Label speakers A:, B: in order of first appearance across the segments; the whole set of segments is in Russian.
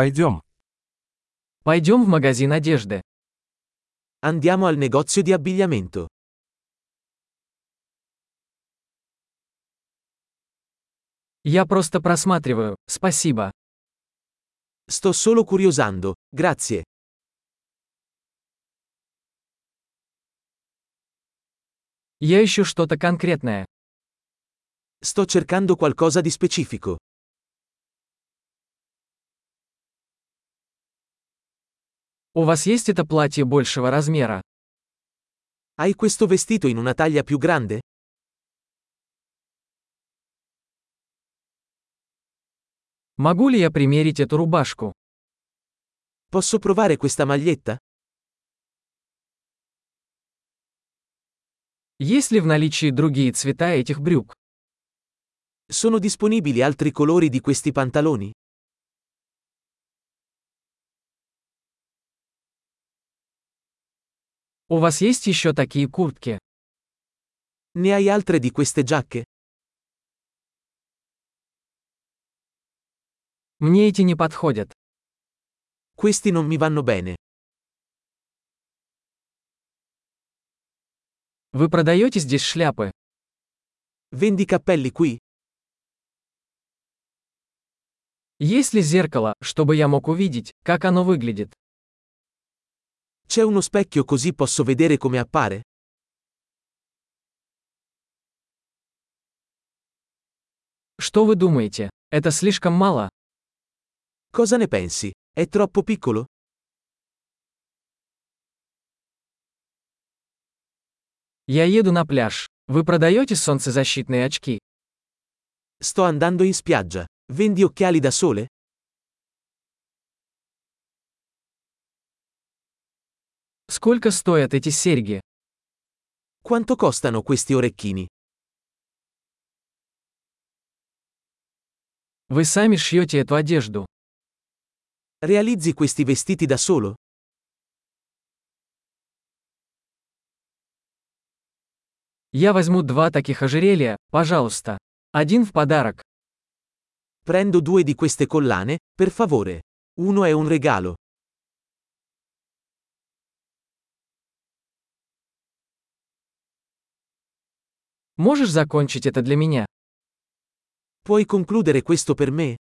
A: Пойдем.
B: Пойдем в магазин одежды.
C: Andiamo al negozio di abbigliamento.
B: Я просто просматриваю, спасибо.
C: Sto solo curiosando, grazie.
B: Я ищу что-то конкретное.
C: Sto cercando qualcosa di specifico.
B: У вас есть это платье большего размера?
C: Hai questo vestito in una taglia più grande?
B: Могу ли я примерить эту рубашку?
C: Posso provare questa maglietta?
B: Есть ли в наличии другие цвета этих брюк?
C: Sono disponibili altri colori di questi pantaloni?
B: У вас есть еще такие куртки?
C: Ne hai altre di queste giacche?
B: Мне эти не подходят.
C: Questi non mi vanno bene.
B: Вы продаете здесь шляпы?
C: Vendi cappelli qui?
B: Есть ли зеркало, чтобы я мог увидеть, как оно выглядит?
C: C'è uno specchio così posso vedere come appare?
B: Что вы думаете? Это слишком мало?
C: Cosa ne pensi? È troppo piccolo?
B: Я еду на пляж. Вы продаете солнцезащитные очки?
C: Sto andando in spiaggia. Vendi occhiali da sole?
B: Сколько стоят эти серьги?
C: Quanto costano questi orecchini?
B: Вы сами шьете эту одежду.
C: Realizzi questi vestiti da solo?
B: Я возьму два таких ожерелья, пожалуйста. Один в подарок.
C: Prendo due di queste collane, per favore. Uno è un regalo.
B: Можешь закончить это для меня?
C: Puoi concludere questo per me?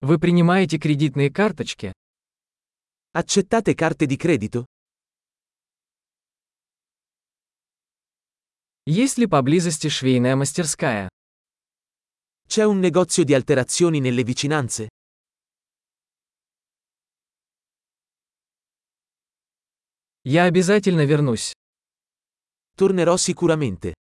B: Вы принимаете кредитные карточки?
C: Accettate carte di credito?
B: Есть ли поблизости швейная мастерская?
C: C'è un negozio di alterazioni nelle vicinanze?
B: Я обязательно вернусь.
C: Tornerò sicuramente.